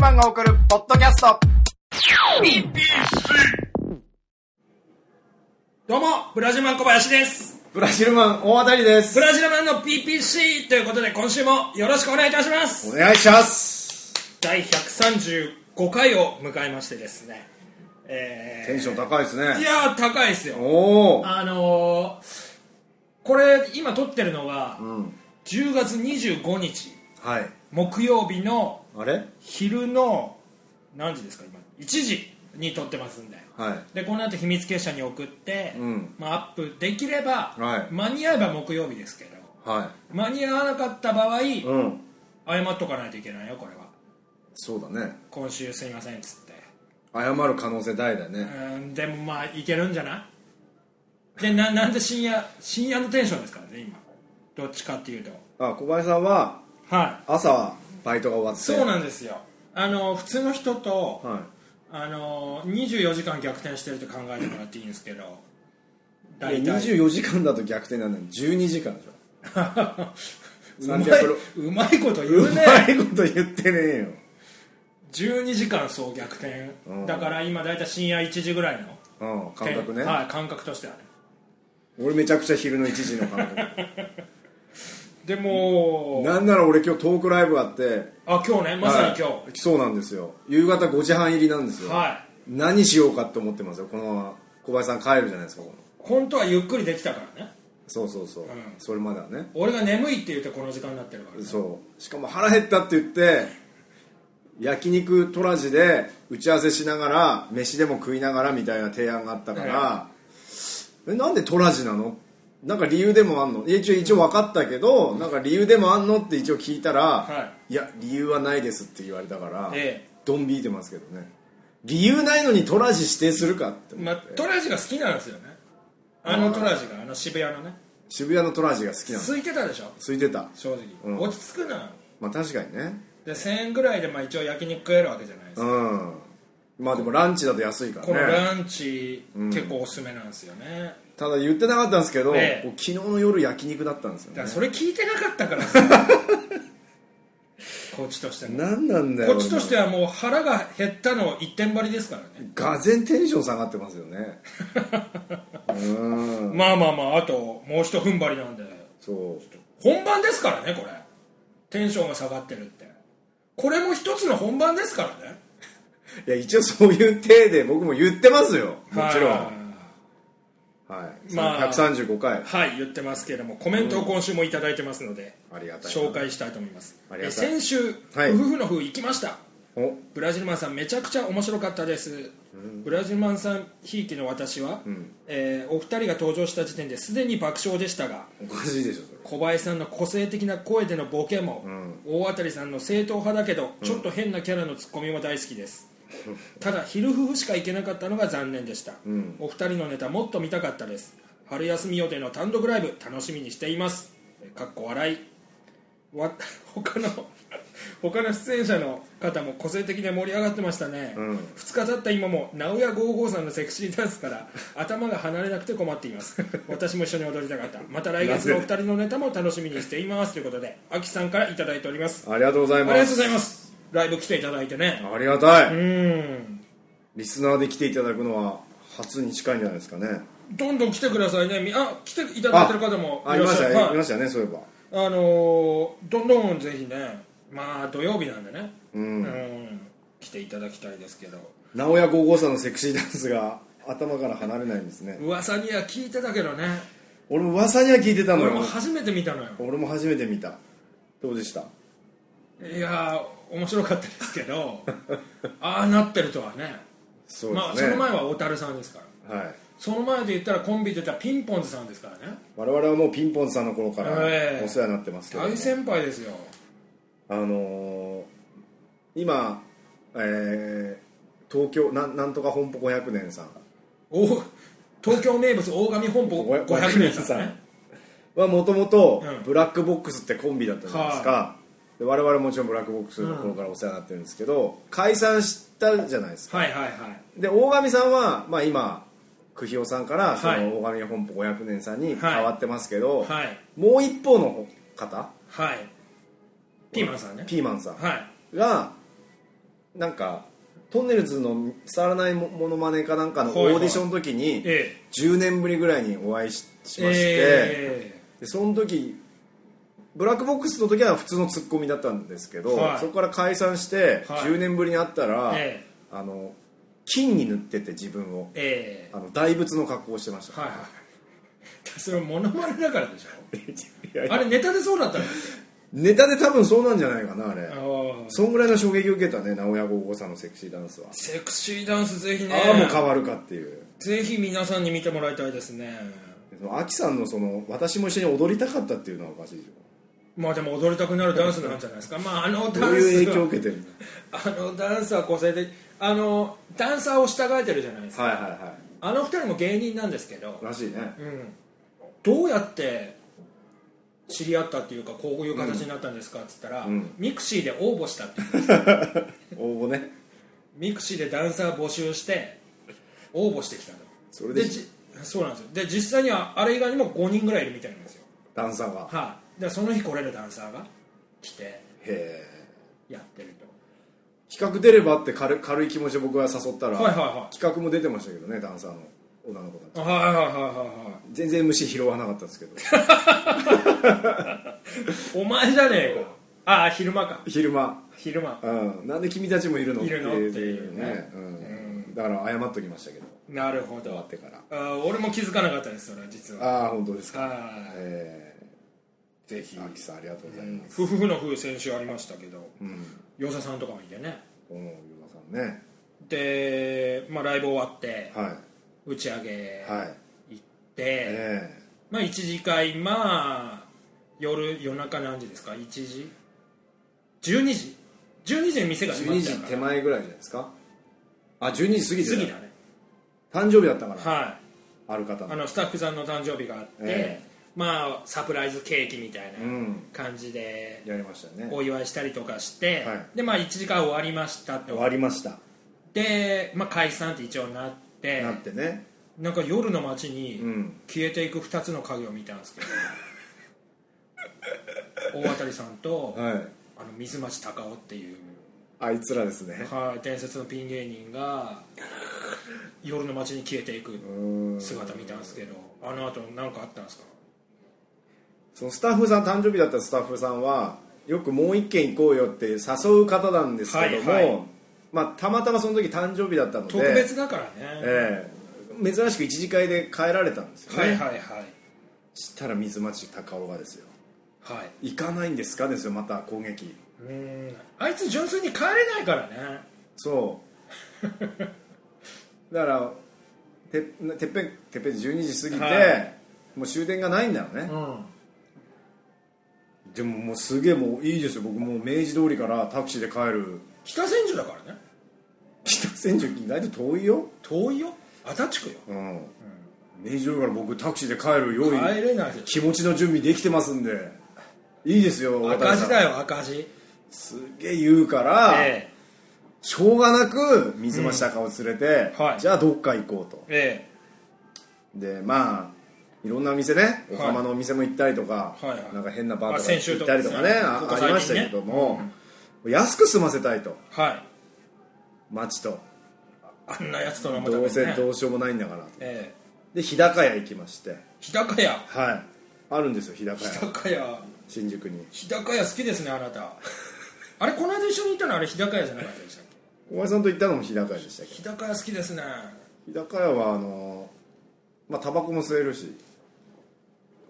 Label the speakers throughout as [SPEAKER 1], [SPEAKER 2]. [SPEAKER 1] マンが送るポッドキャスト
[SPEAKER 2] どうも、ブラジルマン小林です。
[SPEAKER 1] ブラジルマン大当たりです
[SPEAKER 2] ブラジルマンの PPC ということで今週もよろしくお願いいたします。
[SPEAKER 1] お願いします
[SPEAKER 2] 第135回を迎えましてですね。
[SPEAKER 1] テン
[SPEAKER 2] え
[SPEAKER 1] ション高いです
[SPEAKER 2] ー、
[SPEAKER 1] ね
[SPEAKER 2] いやー、高いですよ。
[SPEAKER 1] おお
[SPEAKER 2] あのー、これ今撮ってるのが
[SPEAKER 1] うん
[SPEAKER 2] 10月25日
[SPEAKER 1] はい
[SPEAKER 2] 木曜日の
[SPEAKER 1] あれ
[SPEAKER 2] 昼の何時ですか今1時に撮ってますんで。
[SPEAKER 1] は
[SPEAKER 2] でこの後秘密結社に送って、
[SPEAKER 1] うん
[SPEAKER 2] まあ、アップできれば、
[SPEAKER 1] はい
[SPEAKER 2] 間に合えば木曜日ですけど
[SPEAKER 1] いは
[SPEAKER 2] 間に合わなかった場合、
[SPEAKER 1] いうん
[SPEAKER 2] 謝っとかないといけないよこれは
[SPEAKER 1] そうだね
[SPEAKER 2] 今週すいませんっつって
[SPEAKER 1] 謝る可能性大だ
[SPEAKER 2] う
[SPEAKER 1] ね
[SPEAKER 2] ーんでもまあいけるんじゃないでななんで深夜深夜のテンションですからね今どっちかっていうと
[SPEAKER 1] あ小林さんは
[SPEAKER 2] はい
[SPEAKER 1] 朝バイトが終わって
[SPEAKER 2] そうなんですよあの普通の人と、
[SPEAKER 1] は
[SPEAKER 2] あの24時間逆転してると考えてもらっていいんですけど
[SPEAKER 1] い
[SPEAKER 2] 大
[SPEAKER 1] いや
[SPEAKER 2] 体
[SPEAKER 1] 24時間だと逆転なんだよ12時間でしょ
[SPEAKER 2] うまい
[SPEAKER 1] 360
[SPEAKER 2] うまいこと言
[SPEAKER 1] う
[SPEAKER 2] うね
[SPEAKER 1] まいこと言ってねえよ
[SPEAKER 2] 12時間総逆転、
[SPEAKER 1] うん
[SPEAKER 2] だから今大体深夜1時ぐらいの
[SPEAKER 1] うん感覚ね
[SPEAKER 2] はい感覚としてはね
[SPEAKER 1] 俺めちゃくちゃ昼の1時の感覚
[SPEAKER 2] でもう
[SPEAKER 1] なんなら俺今日トークライブがあって
[SPEAKER 2] あ今日ねまさに今日、
[SPEAKER 1] はいそうなんですよ夕方5時半入りなんですよ
[SPEAKER 2] はい
[SPEAKER 1] 何しようかって思ってますよこのまま小林さん帰るじゃないですかこの
[SPEAKER 2] 本当はゆっくりできたからね
[SPEAKER 1] そうそうそう、
[SPEAKER 2] ん
[SPEAKER 1] それまではね
[SPEAKER 2] 俺が眠いって言ってこの時間になってるから、ね、
[SPEAKER 1] そうしかも腹減ったって言って焼肉トラジで打ち合わせしながら飯でも食いながらみたいな提案があったから、えなんでトラジなのなんか理由でもあんのいや一応一応分かったけど、なんか理由でもあんのって一応聞いたら、い、や理由はないですって言われたから、
[SPEAKER 2] ええ
[SPEAKER 1] ドン引いてますけどね理由ないのにトラジ指定するかって思
[SPEAKER 2] まあ
[SPEAKER 1] って、
[SPEAKER 2] トラジが好きなんですよねあのトラジがあの渋谷のね
[SPEAKER 1] 渋谷のトラジが好きなの
[SPEAKER 2] 空いてたでしょ
[SPEAKER 1] 空いてた
[SPEAKER 2] 正直、
[SPEAKER 1] うん
[SPEAKER 2] 落ち着くな
[SPEAKER 1] まあ確かにね
[SPEAKER 2] で1000円ぐらいでまあ一応焼肉食えるわけじゃないですか、
[SPEAKER 1] うんまあでもランチだと安いか
[SPEAKER 2] この
[SPEAKER 1] らね
[SPEAKER 2] ランチ、結構おすすめなんですよね
[SPEAKER 1] ただ言ってなかったんですけど、
[SPEAKER 2] ええ
[SPEAKER 1] 僕昨日の夜焼肉だったんです
[SPEAKER 2] だか
[SPEAKER 1] よ
[SPEAKER 2] ら
[SPEAKER 1] ね
[SPEAKER 2] それ聞いてなかったからさ こっちとしても
[SPEAKER 1] 何なんだよ
[SPEAKER 2] こっちとしてはもう腹が減ったの一点張りですからね
[SPEAKER 1] がぜんテンション下がってますよ ねうん
[SPEAKER 2] まあまあまああともう一踏ん張りなんで
[SPEAKER 1] そう
[SPEAKER 2] 本番ですからねこれテンションが下がってるってこれも一つの本番ですからね
[SPEAKER 1] いや一応そういう体で僕も言ってますよもちろん
[SPEAKER 2] は
[SPEAKER 1] はい、
[SPEAKER 2] まあ
[SPEAKER 1] 135回
[SPEAKER 2] いはい言ってますけれどもコメントを今週も頂いただいてますので、
[SPEAKER 1] ありがたいな
[SPEAKER 2] 紹介したいと思います
[SPEAKER 1] あ
[SPEAKER 2] え
[SPEAKER 1] りがたい
[SPEAKER 2] 先週、
[SPEAKER 1] はい
[SPEAKER 2] 夫婦の夫行きました
[SPEAKER 1] お
[SPEAKER 2] ブラジルマンさんめちゃくちゃ面白かったです、ブラジルマンさんひいきの私は、えーお二人が登場した時点ですでに爆笑でしたが
[SPEAKER 1] おかしいでしょそれ
[SPEAKER 2] 小林さんの個性的な声でのボケも、大当たりさんの正統派だけど、ちょっと変なキャラのツッコミも大好きですただ昼夫婦しか行けなかったのが残念でした、お二人のネタもっと見たかったです春休み予定の単独ライブ楽しみにしていますえかっこ笑いわ 他の他の出演者の方も個性的で盛り上がってましたね、2日経った今も直屋55さんのセクシーダンスから頭が離れなくて困っています私も一緒に踊りたかったまた来月のお二人のネタも楽しみにしていますということでアキさんから頂いただいておりますあ
[SPEAKER 1] ありがとうござい
[SPEAKER 2] り
[SPEAKER 1] ま
[SPEAKER 2] が
[SPEAKER 1] す
[SPEAKER 2] とうございますライブ来ていただいてね
[SPEAKER 1] ありがたい、
[SPEAKER 2] うん
[SPEAKER 1] リスナーで来ていただくのは初に近いんじゃないですかね
[SPEAKER 2] どんどん来てくださいねみあ来ていただいてる方も
[SPEAKER 1] あ
[SPEAKER 2] い
[SPEAKER 1] い
[SPEAKER 2] らっ
[SPEAKER 1] ま
[SPEAKER 2] し
[SPEAKER 1] し
[SPEAKER 2] ゃ
[SPEAKER 1] た
[SPEAKER 2] る
[SPEAKER 1] ね、い、ま
[SPEAKER 2] はい
[SPEAKER 1] したねそういえば
[SPEAKER 2] あのーどんどんぜひねまあ土曜日なんでね
[SPEAKER 1] うん
[SPEAKER 2] うん来ていただきたいですけど
[SPEAKER 1] 直屋55さんのセクシーダンスが頭から離れないんですね
[SPEAKER 2] 噂には聞いてたけどね
[SPEAKER 1] 俺も噂には聞いてたの
[SPEAKER 2] 俺
[SPEAKER 1] よ
[SPEAKER 2] も初めて見たのよ
[SPEAKER 1] 俺も初めて見たどうでした
[SPEAKER 2] いやー面白かったですけ どああなってるとはね
[SPEAKER 1] そう
[SPEAKER 2] まあ
[SPEAKER 1] です
[SPEAKER 2] そ
[SPEAKER 1] ね、
[SPEAKER 2] の前は小樽さんですから
[SPEAKER 1] はい、
[SPEAKER 2] その前で言ったらコンビで言ったらピンポンズさんですからね
[SPEAKER 1] 我々はもうピンポンさんの頃から
[SPEAKER 2] ええ
[SPEAKER 1] お世話になってますけども、
[SPEAKER 2] 大先輩ですよ
[SPEAKER 1] あのー今、えー東京なんなんとか本舗500年さん
[SPEAKER 2] お東京名物大神本舗500年さんね
[SPEAKER 1] はもともと
[SPEAKER 2] うん
[SPEAKER 1] ブラックボックスってコンビだったじゃないですか、で我々もちろんブラックボックスの頃からお世話になってるんですけど、解散したじゃないですか
[SPEAKER 2] はいはいはい
[SPEAKER 1] で大神さんは、まあ、今久比夫さんからそ
[SPEAKER 2] はい
[SPEAKER 1] の大神本舗500年さんに変わってますけど、
[SPEAKER 2] はい
[SPEAKER 1] もう一方の方
[SPEAKER 2] はいピーマンさんね
[SPEAKER 1] ピーマンさん
[SPEAKER 2] はい
[SPEAKER 1] がなんかトンネルズの伝わらないもものまねかなんかの
[SPEAKER 2] はいはい
[SPEAKER 1] オーディションの時に
[SPEAKER 2] ええ
[SPEAKER 1] 10年ぶりぐらいにお会いししまして、
[SPEAKER 2] え
[SPEAKER 1] でその時ブラックボックスの時は普通のツッコミだったんですけど、
[SPEAKER 2] はい
[SPEAKER 1] そこから解散して
[SPEAKER 2] はい
[SPEAKER 1] 10年ぶりに会ったら、
[SPEAKER 2] え
[SPEAKER 1] あの金に塗ってて自分を
[SPEAKER 2] えええ
[SPEAKER 1] あの大仏の格好をしてました、
[SPEAKER 2] はいはい それはモノマネだからでしょ
[SPEAKER 1] いやいや
[SPEAKER 2] あれネタでそうだったんですよ
[SPEAKER 1] ネタで多分そうなんじゃないかなあれ
[SPEAKER 2] ああ
[SPEAKER 1] そんぐらいの衝撃を受けたね名古屋高校さんのセクシーダンスは、
[SPEAKER 2] セクシーダンスぜひね
[SPEAKER 1] ああもう変わるかっていう
[SPEAKER 2] ぜひ皆さんに見てもらいたいですね
[SPEAKER 1] そのアキさんのその私も一緒に踊りたかったっていうのはおかしいでしょ
[SPEAKER 2] まあでも踊りたくなるダンスなんじゃないですかまああの
[SPEAKER 1] ど
[SPEAKER 2] ダ
[SPEAKER 1] う
[SPEAKER 2] ン
[SPEAKER 1] いう
[SPEAKER 2] ス
[SPEAKER 1] 影響を受けてるの
[SPEAKER 2] あのダンスは個性的あのダンサーを従えてるじゃないですか
[SPEAKER 1] はいはいは
[SPEAKER 2] あの二人も芸人なんですけど
[SPEAKER 1] い、らしいね
[SPEAKER 2] うん、どうやって知り合ったっていうかこういう形になったんですかっつったら、
[SPEAKER 1] ん
[SPEAKER 2] ミクシーで応募したって
[SPEAKER 1] 応募ね
[SPEAKER 2] ミクシーでダンサー募集して応募してきたの
[SPEAKER 1] それで
[SPEAKER 2] じそうなんですよで実際にはあれ以外にも5人ぐらいいるみたいなんですよ
[SPEAKER 1] ダンサーが
[SPEAKER 2] はい、でその日来れるダンサーが来て
[SPEAKER 1] へえ
[SPEAKER 2] やってると
[SPEAKER 1] 企画出ればって軽い軽い気持ちで僕が誘ったら、
[SPEAKER 2] はいはいはい
[SPEAKER 1] 企画も出てましたけどねダンサーの女の子たち
[SPEAKER 2] はいはいはいはいは
[SPEAKER 1] 全然虫拾わなかったんですけど
[SPEAKER 2] いお前じゃねえよああ昼間か
[SPEAKER 1] 昼間、
[SPEAKER 2] 昼間
[SPEAKER 1] うん、なんで君たちもいるの
[SPEAKER 2] いるの
[SPEAKER 1] っていうね
[SPEAKER 2] っていうね
[SPEAKER 1] うんだから謝っときましたけど
[SPEAKER 2] なるほ
[SPEAKER 1] 終わ
[SPEAKER 2] ど
[SPEAKER 1] ってから
[SPEAKER 2] あー俺も気づかなかったですそれ実は
[SPEAKER 1] ああ本当ですか
[SPEAKER 2] はい
[SPEAKER 1] え
[SPEAKER 2] ぜひ
[SPEAKER 1] ー、アキさんありがとうございます、
[SPEAKER 2] 夫婦の風先週ありましたけど
[SPEAKER 1] うん
[SPEAKER 2] 与座さんとかもいてね
[SPEAKER 1] このユーさんね
[SPEAKER 2] で、まあ、ライブ終わって
[SPEAKER 1] はい
[SPEAKER 2] 打ち上げ
[SPEAKER 1] はい
[SPEAKER 2] 行って、
[SPEAKER 1] え
[SPEAKER 2] まあ1次会まあ夜夜中何時ですか1時12時12時に店
[SPEAKER 1] え
[SPEAKER 2] が閉ま
[SPEAKER 1] 12
[SPEAKER 2] っちゃう
[SPEAKER 1] 時
[SPEAKER 2] から
[SPEAKER 1] 手前ぐらいじゃないですかあ12時過ぎて
[SPEAKER 2] 過
[SPEAKER 1] た
[SPEAKER 2] ぎだね
[SPEAKER 1] 誕生日だったから
[SPEAKER 2] はい
[SPEAKER 1] ある方
[SPEAKER 2] あ
[SPEAKER 1] の
[SPEAKER 2] のスタッフさんの誕生日があって、
[SPEAKER 1] え
[SPEAKER 2] まあサプライズケーキみたいな
[SPEAKER 1] うん
[SPEAKER 2] 感じで
[SPEAKER 1] やりましたね
[SPEAKER 2] お祝いしたりとかして、
[SPEAKER 1] はい
[SPEAKER 2] でまあ1時間終わりましたって
[SPEAKER 1] 終わりました
[SPEAKER 2] で、まあ、解散って一応なって
[SPEAKER 1] なってね
[SPEAKER 2] なんか夜の街に
[SPEAKER 1] うん
[SPEAKER 2] 消えていく2つの影を見たん ですけど大渡さんと、
[SPEAKER 1] はい
[SPEAKER 2] あの水町隆夫っていう、
[SPEAKER 1] あいつらですね
[SPEAKER 2] はい、伝説のピン芸人が夜の街に消えていく
[SPEAKER 1] うん
[SPEAKER 2] 姿見たんですけどあの後なんかあったんですか
[SPEAKER 1] そのスタッフさん誕生日だったスタッフさんはよくもう一軒行こうよって誘う方なんですけども、
[SPEAKER 2] はいはい
[SPEAKER 1] まあ、たまたまその時誕生日だったので
[SPEAKER 2] 特別だからね、
[SPEAKER 1] ええ珍しく一次会で帰られたんですよね、
[SPEAKER 2] はいはいはい
[SPEAKER 1] したら水町高尾がですよ
[SPEAKER 2] はい
[SPEAKER 1] 行かないんですかですよまた攻撃
[SPEAKER 2] うーんあいつ純粋に帰れないからね
[SPEAKER 1] そう だからててっぺんてっぺん12時過ぎて、
[SPEAKER 2] はい
[SPEAKER 1] もう終電がないんだよね
[SPEAKER 2] う、ん
[SPEAKER 1] でももうすげえもういいですよ僕もう明治通りからタクシーで帰る
[SPEAKER 2] 北千住だからね
[SPEAKER 1] 北千住意外と遠いよ
[SPEAKER 2] 遠いよ足立区よ
[SPEAKER 1] うん、明治通りから僕タクシーで帰る用
[SPEAKER 2] 帰
[SPEAKER 1] 意
[SPEAKER 2] れないでし
[SPEAKER 1] 気持ちの準備できてますんでいいですよ
[SPEAKER 2] ょ
[SPEAKER 1] 渡
[SPEAKER 2] 赤
[SPEAKER 1] さ
[SPEAKER 2] 字
[SPEAKER 1] ん
[SPEAKER 2] だよ赤字
[SPEAKER 1] すげえ言うから、
[SPEAKER 2] え
[SPEAKER 1] しょうがなく水増し高を連れて、
[SPEAKER 2] うんはい
[SPEAKER 1] じゃあどっか行こうと
[SPEAKER 2] ええ
[SPEAKER 1] でまあいろんなお店ねお釜のお店も行ったりとか、
[SPEAKER 2] はいはい
[SPEAKER 1] なんか変なバー
[SPEAKER 2] まあ
[SPEAKER 1] とか
[SPEAKER 2] 先週
[SPEAKER 1] 行ったりとかね,
[SPEAKER 2] と
[SPEAKER 1] あ、
[SPEAKER 2] ここ最
[SPEAKER 1] あ
[SPEAKER 2] 近ね
[SPEAKER 1] りましたけども、安く済ませたいと
[SPEAKER 2] えはい
[SPEAKER 1] 町と
[SPEAKER 2] あんなやつと飲むため
[SPEAKER 1] ど
[SPEAKER 2] に
[SPEAKER 1] う
[SPEAKER 2] ね
[SPEAKER 1] せどうしようもないんだからと
[SPEAKER 2] え
[SPEAKER 1] で日高屋行きまして
[SPEAKER 2] え日高屋
[SPEAKER 1] はいあるんですよ日高
[SPEAKER 2] 日
[SPEAKER 1] 屋
[SPEAKER 2] 高屋
[SPEAKER 1] 新宿に
[SPEAKER 2] 日高屋好きですねあなたあれこの間一緒にいたのあれ日高屋じゃなかったでしたっ
[SPEAKER 1] 小林さんと行ったのも日高屋でしたけ
[SPEAKER 2] け日高屋好きですね
[SPEAKER 1] ど日高屋はあのまあタバコも吸えるし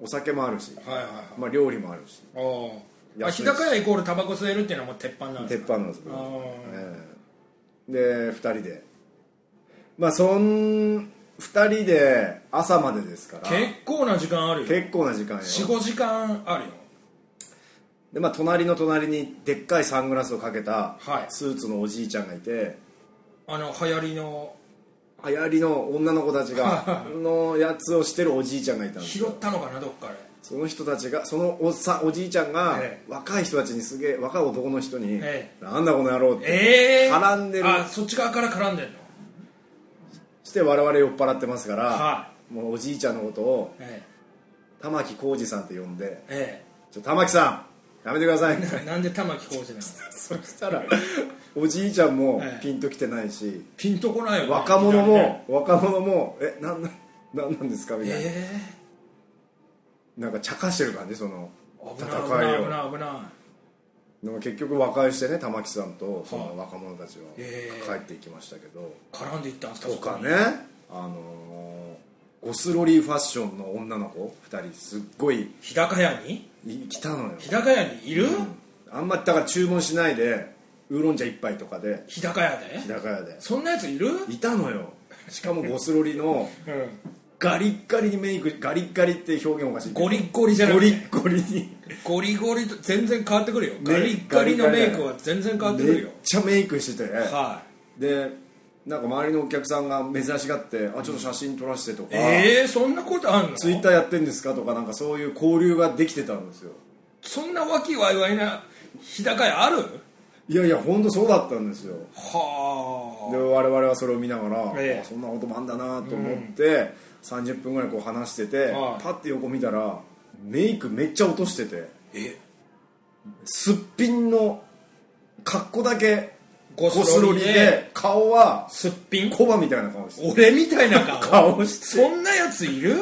[SPEAKER 1] お酒もあるし、
[SPEAKER 2] はいはいはい
[SPEAKER 1] まあ、料理もあるし
[SPEAKER 2] おーあ
[SPEAKER 1] 安
[SPEAKER 2] 日
[SPEAKER 1] いです
[SPEAKER 2] 高屋イコールタバコ吸えるっていうのはもう鉄板なんで
[SPEAKER 1] 鉄
[SPEAKER 2] すか
[SPEAKER 1] 板なんです
[SPEAKER 2] あ
[SPEAKER 1] 僕
[SPEAKER 2] ー
[SPEAKER 1] ええで2人でまあそん2人で朝までですから
[SPEAKER 2] 結構な時間あるよ
[SPEAKER 1] 結構な時間よ
[SPEAKER 2] 45時間あるよ
[SPEAKER 1] でまあ隣の隣にでっかいサングラスをかけた
[SPEAKER 2] はい
[SPEAKER 1] スーツのおじいちゃんがいて
[SPEAKER 2] あの流行りの
[SPEAKER 1] 流行りの女の子た ちがのやつをしてるおじいちゃんがいたんです
[SPEAKER 2] 拾
[SPEAKER 1] よ
[SPEAKER 2] ったのかなどっかで
[SPEAKER 1] その人たちがそのおっさんおじいちゃんが
[SPEAKER 2] え
[SPEAKER 1] 若い人たちにすげえ若い男の人に
[SPEAKER 2] え
[SPEAKER 1] 「なんだこの野郎」って
[SPEAKER 2] ええー、
[SPEAKER 1] 絡んでる
[SPEAKER 2] あそっち側から絡んでんの
[SPEAKER 1] して我々酔っ払ってますから、
[SPEAKER 2] は
[SPEAKER 1] もうおじいちゃんのことを
[SPEAKER 2] え
[SPEAKER 1] 玉置浩二さんって呼んで
[SPEAKER 2] ええ
[SPEAKER 1] 「ちょ玉置さんやめてくださ い
[SPEAKER 2] なんで玉置浩二なの
[SPEAKER 1] そしたらおじいちゃんも
[SPEAKER 2] はい
[SPEAKER 1] ピンときてないし
[SPEAKER 2] ピンとこないよね
[SPEAKER 1] 若者
[SPEAKER 2] いきなり
[SPEAKER 1] も
[SPEAKER 2] ね
[SPEAKER 1] 若者もえなんなんなんなんですかみたいな
[SPEAKER 2] え
[SPEAKER 1] なんか茶化してる感じその
[SPEAKER 2] ー、危
[SPEAKER 1] 戦
[SPEAKER 2] ない
[SPEAKER 1] い
[SPEAKER 2] 危
[SPEAKER 1] を
[SPEAKER 2] ない危ない危ない
[SPEAKER 1] でも結局和解してね玉木さんとその若者たちは
[SPEAKER 2] ええ
[SPEAKER 1] 帰っていきましたけど
[SPEAKER 2] 絡んでいったんですか
[SPEAKER 1] とか
[SPEAKER 2] そこ
[SPEAKER 1] ね
[SPEAKER 2] に
[SPEAKER 1] あのーゴスロリーファッションの女の子2人すっごい
[SPEAKER 2] 日高屋に
[SPEAKER 1] い来たのよ
[SPEAKER 2] 日高屋にいる、
[SPEAKER 1] あんまだから注文しないでウーロン茶一杯とかで
[SPEAKER 2] 日高屋で
[SPEAKER 1] 日高屋で
[SPEAKER 2] そんなやついる、
[SPEAKER 1] いたのよしかもゴスロリの
[SPEAKER 2] うん、
[SPEAKER 1] ガリッガリにメイクガリッガリって表現おかしい
[SPEAKER 2] ゴリッゴリじゃな
[SPEAKER 1] ゴ
[SPEAKER 2] く
[SPEAKER 1] リ
[SPEAKER 2] て
[SPEAKER 1] ッゴリに
[SPEAKER 2] ゴリゴリと全然変わってくるよ、ガリッガリのメイクは全然変わってく
[SPEAKER 1] め
[SPEAKER 2] る
[SPEAKER 1] っ
[SPEAKER 2] よ
[SPEAKER 1] ちゃメイクしてて
[SPEAKER 2] はい
[SPEAKER 1] でなんか周りのお客さんが珍しがって「あちょっと写真撮らせて」とか
[SPEAKER 2] えー、そんなことあんの
[SPEAKER 1] ツイッターやってんですかとかなんかそういう交流ができてたんですよ
[SPEAKER 2] そんなわきわいわいな日高屋ある
[SPEAKER 1] いやいや本当そうだったんですよ
[SPEAKER 2] は
[SPEAKER 1] で我々はそれを見ながら、
[SPEAKER 2] ええ
[SPEAKER 1] あそんなこともあんだなと思って、30分ぐらいこう話してて、
[SPEAKER 2] はい
[SPEAKER 1] パッて横見たらメイクめっちゃ落としてて
[SPEAKER 2] あえ
[SPEAKER 1] すっぴんの格好だけ
[SPEAKER 2] ゴ
[SPEAKER 1] ゴ
[SPEAKER 2] ス
[SPEAKER 1] ス
[SPEAKER 2] ロ
[SPEAKER 1] ロ
[SPEAKER 2] リ
[SPEAKER 1] リ
[SPEAKER 2] で
[SPEAKER 1] で顔は
[SPEAKER 2] すっぴん
[SPEAKER 1] コバみたいな顔して
[SPEAKER 2] 俺みたいな顔
[SPEAKER 1] 顔して
[SPEAKER 2] そんなやついる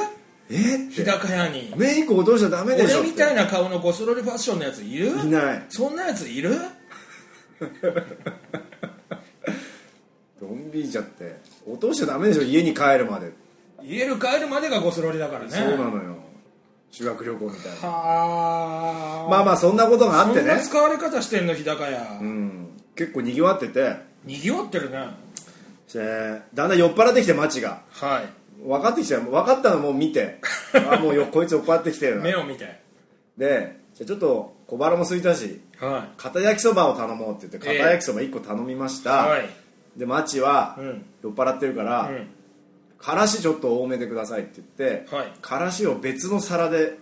[SPEAKER 1] えっ
[SPEAKER 2] 日
[SPEAKER 1] て
[SPEAKER 2] 高屋に
[SPEAKER 1] メイク落としちゃダメでしょ
[SPEAKER 2] 俺
[SPEAKER 1] っ
[SPEAKER 2] み
[SPEAKER 1] て
[SPEAKER 2] たいな顔のゴスロリファッションのやついる
[SPEAKER 1] いない
[SPEAKER 2] そんなやついる
[SPEAKER 1] ドンビーちゃって落としちゃダメでしょ家に帰るまで、
[SPEAKER 2] 家に帰るまでがゴスロリだからね
[SPEAKER 1] そうなのよ修学旅行みたいな
[SPEAKER 2] はあ
[SPEAKER 1] まあまあそんなことがあって
[SPEAKER 2] そんな
[SPEAKER 1] ね
[SPEAKER 2] 使われ方してんの日高屋、
[SPEAKER 1] うん結構にぎわってて
[SPEAKER 2] にぎわってるね
[SPEAKER 1] してだんだん酔っ払ってきて街が
[SPEAKER 2] はい
[SPEAKER 1] 分かってきちゃう分かったのもう見 てあもうよこいつ酔っ払ってきてる
[SPEAKER 2] 目
[SPEAKER 1] な
[SPEAKER 2] を見て
[SPEAKER 1] でじゃあちょっと小腹も空いたし
[SPEAKER 2] は
[SPEAKER 1] 片焼きそばを頼もうって言って
[SPEAKER 2] ええ
[SPEAKER 1] 片焼きそば1個頼みまし
[SPEAKER 2] い
[SPEAKER 1] た、
[SPEAKER 2] はい
[SPEAKER 1] で街は
[SPEAKER 2] うん
[SPEAKER 1] 酔っ払ってるから、
[SPEAKER 2] うん
[SPEAKER 1] からしちょっと多めでくださいって言って、
[SPEAKER 2] はい
[SPEAKER 1] からしを別の皿で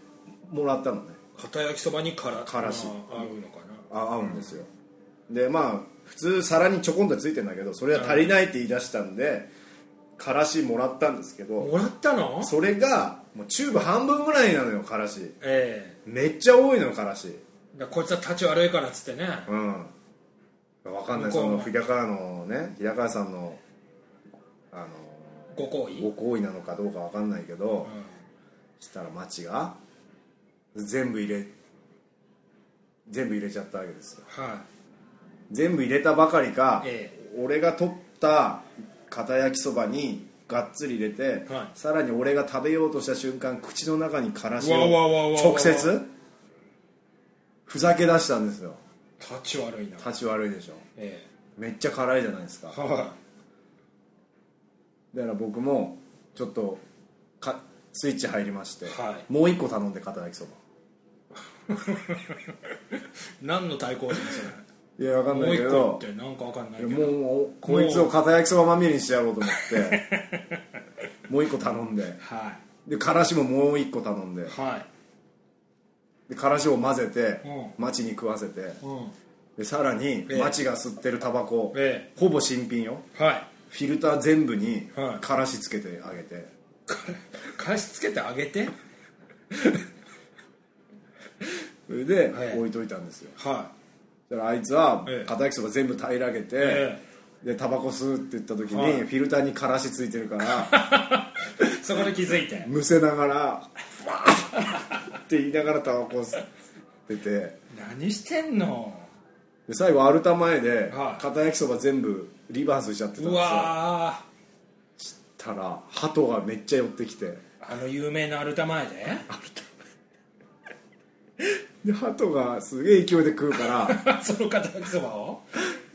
[SPEAKER 1] もらったのね
[SPEAKER 2] 片焼きそばにから
[SPEAKER 1] からし
[SPEAKER 2] まあ合うのかな
[SPEAKER 1] あ合うんですよ、でまあ普通皿にちょこんとついてんだけどそれは足りないって言い出したんで、からしもらったんですけど
[SPEAKER 2] もらったの
[SPEAKER 1] それがもうチューブ半分ぐらいなのよからし
[SPEAKER 2] え
[SPEAKER 1] めっちゃ多いのよからし
[SPEAKER 2] えだからこいつは立ち悪いからっつってね
[SPEAKER 1] うん分かんない
[SPEAKER 2] 向こ
[SPEAKER 1] そうの
[SPEAKER 2] も
[SPEAKER 1] 日高屋のね日高屋さんのあ
[SPEAKER 2] ご好
[SPEAKER 1] のご
[SPEAKER 2] 意
[SPEAKER 1] 好意なのかどうか分かんないけど、
[SPEAKER 2] うん
[SPEAKER 1] したら町が全部入れ全部入れちゃったわけですよ
[SPEAKER 2] は
[SPEAKER 1] 全部入れたばかりか、
[SPEAKER 2] え
[SPEAKER 1] 俺が取った片焼きそばにがっつり入れて、
[SPEAKER 2] はい
[SPEAKER 1] さらに俺が食べようとした瞬間口の中にからしを
[SPEAKER 2] うわうわうわうわ
[SPEAKER 1] 直接ふざけ出したんですよ
[SPEAKER 2] い立ち悪いな
[SPEAKER 1] 立ち悪いでしょ
[SPEAKER 2] え
[SPEAKER 1] めっちゃ辛いじゃないですか
[SPEAKER 2] えは
[SPEAKER 1] だから僕もちょっとかスイッチ入りまして、
[SPEAKER 2] はい
[SPEAKER 1] もう一個頼んで片焼きそば
[SPEAKER 2] い何の対抗心そ
[SPEAKER 1] いやわか
[SPEAKER 2] れ
[SPEAKER 1] ん な
[SPEAKER 2] もう
[SPEAKER 1] いけ
[SPEAKER 2] 一
[SPEAKER 1] ど
[SPEAKER 2] 個ってなんかわかんない
[SPEAKER 1] い
[SPEAKER 2] け
[SPEAKER 1] や
[SPEAKER 2] ど
[SPEAKER 1] もうもうこいつを片焼きそばまみれにしてやろうと思ってもう一個頼んで
[SPEAKER 2] は
[SPEAKER 1] でからしももう一個頼んで
[SPEAKER 2] いは
[SPEAKER 1] でからしを混ぜて
[SPEAKER 2] う
[SPEAKER 1] 町に食わせて
[SPEAKER 2] いうん
[SPEAKER 1] でさらに
[SPEAKER 2] ええ
[SPEAKER 1] 町が吸ってるタバコ、
[SPEAKER 2] え
[SPEAKER 1] ほぼ新品よ
[SPEAKER 2] はい
[SPEAKER 1] フィルター全部に
[SPEAKER 2] はい
[SPEAKER 1] からしつけてあげて、
[SPEAKER 2] 返しつけてあげて
[SPEAKER 1] それで
[SPEAKER 2] はい
[SPEAKER 1] 置いといたんですよ
[SPEAKER 2] は
[SPEAKER 1] だからあいつは
[SPEAKER 2] ええ
[SPEAKER 1] 片焼きそば全部平らげて、
[SPEAKER 2] え
[SPEAKER 1] でタバコ吸うって言った時に、
[SPEAKER 2] はい
[SPEAKER 1] フィルターにからしついてるから
[SPEAKER 2] い そこで気づいて
[SPEAKER 1] むせながら「わーって言いながらタバコ吸ってて
[SPEAKER 2] 何してんの
[SPEAKER 1] で最後アルタ前で
[SPEAKER 2] はい
[SPEAKER 1] 片焼きそば全部リバースしちゃってたんで
[SPEAKER 2] う
[SPEAKER 1] すよ
[SPEAKER 2] わー
[SPEAKER 1] たら鳩がめっちゃ寄ってきて
[SPEAKER 2] あの有名なアルタ前 で
[SPEAKER 1] で鳩がすげえ勢いで食うから
[SPEAKER 2] その片焼きそばを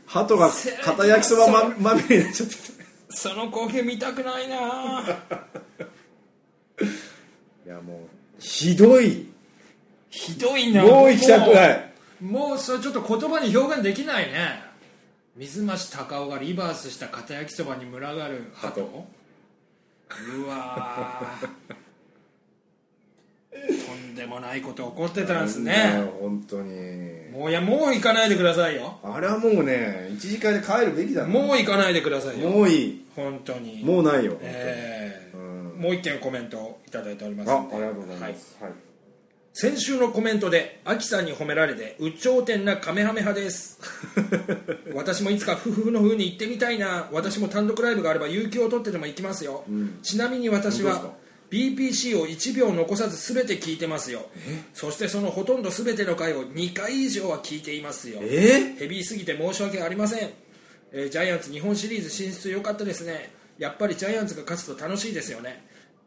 [SPEAKER 1] 鳩が片焼きそばままみれになっちゃって
[SPEAKER 2] その光景見たくないなぁ
[SPEAKER 1] ていやもうひどい
[SPEAKER 2] ひどいな
[SPEAKER 1] もう行きたくない
[SPEAKER 2] もうもうそれちょっと言葉に表現できないね水増し高尾がリバースした片焼きそばに群がる鳩うわぁとんでもないこと起こってたんです
[SPEAKER 1] なん
[SPEAKER 2] ね
[SPEAKER 1] だよ本当に
[SPEAKER 2] もういやもう行かないでくださいよ
[SPEAKER 1] あれはもうね一時間で帰るべきだな
[SPEAKER 2] もう行かないでくださいよ
[SPEAKER 1] もういい
[SPEAKER 2] 本当に
[SPEAKER 1] もうないよ、
[SPEAKER 2] えーもう一件コメントをいただいております
[SPEAKER 1] あ
[SPEAKER 2] の
[SPEAKER 1] あ
[SPEAKER 2] で
[SPEAKER 1] りがとうございます、はい
[SPEAKER 2] 好先週のコメントでアキさんに褒められて有頂天なカメハメ派です 私もいつか夫婦の風に行ってみたいな私も単独ライブがあれば有給を取ってでも行きますよ、ちなみに私
[SPEAKER 1] 本当
[SPEAKER 2] は
[SPEAKER 1] で
[SPEAKER 2] BPC を1秒残さず全て聞いてますよそしてそのほとんど全ての回を2回以上は聞いていますよ
[SPEAKER 1] え
[SPEAKER 2] ヘビーすぎて申し訳ありません、えージャイアンツ日本シリーズ進出良かったですねやっぱりジャイアンツが勝つと楽しいですよね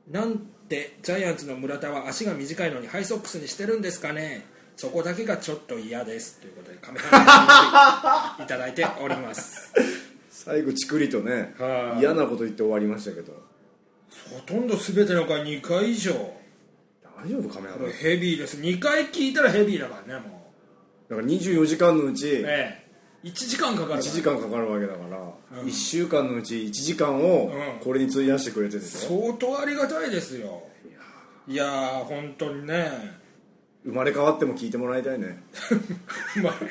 [SPEAKER 2] なんでジャイアンツの村田は足が短いのにハイソックスにしてるんですかねそこだけがちょっと嫌ですということでカメラにいただいております
[SPEAKER 1] 最後チクリとね
[SPEAKER 2] はい
[SPEAKER 1] 嫌なこと言って終わりましたけど
[SPEAKER 2] ほとんど全ての回2回以上も
[SPEAKER 1] 大丈夫カメラマン
[SPEAKER 2] うヘビーです2回聞いたらヘビーだからねも
[SPEAKER 1] だから24時間のうち
[SPEAKER 2] うええ1時間かかるから
[SPEAKER 1] 1時間かかるわけだから、1週間のうち1時間を
[SPEAKER 2] うん
[SPEAKER 1] これに費やしてくれてるでしょ、
[SPEAKER 2] 相当ありがたいですよいやー本当にね
[SPEAKER 1] 生まれ変わっても聞いてもらいたいね
[SPEAKER 2] 生 まれ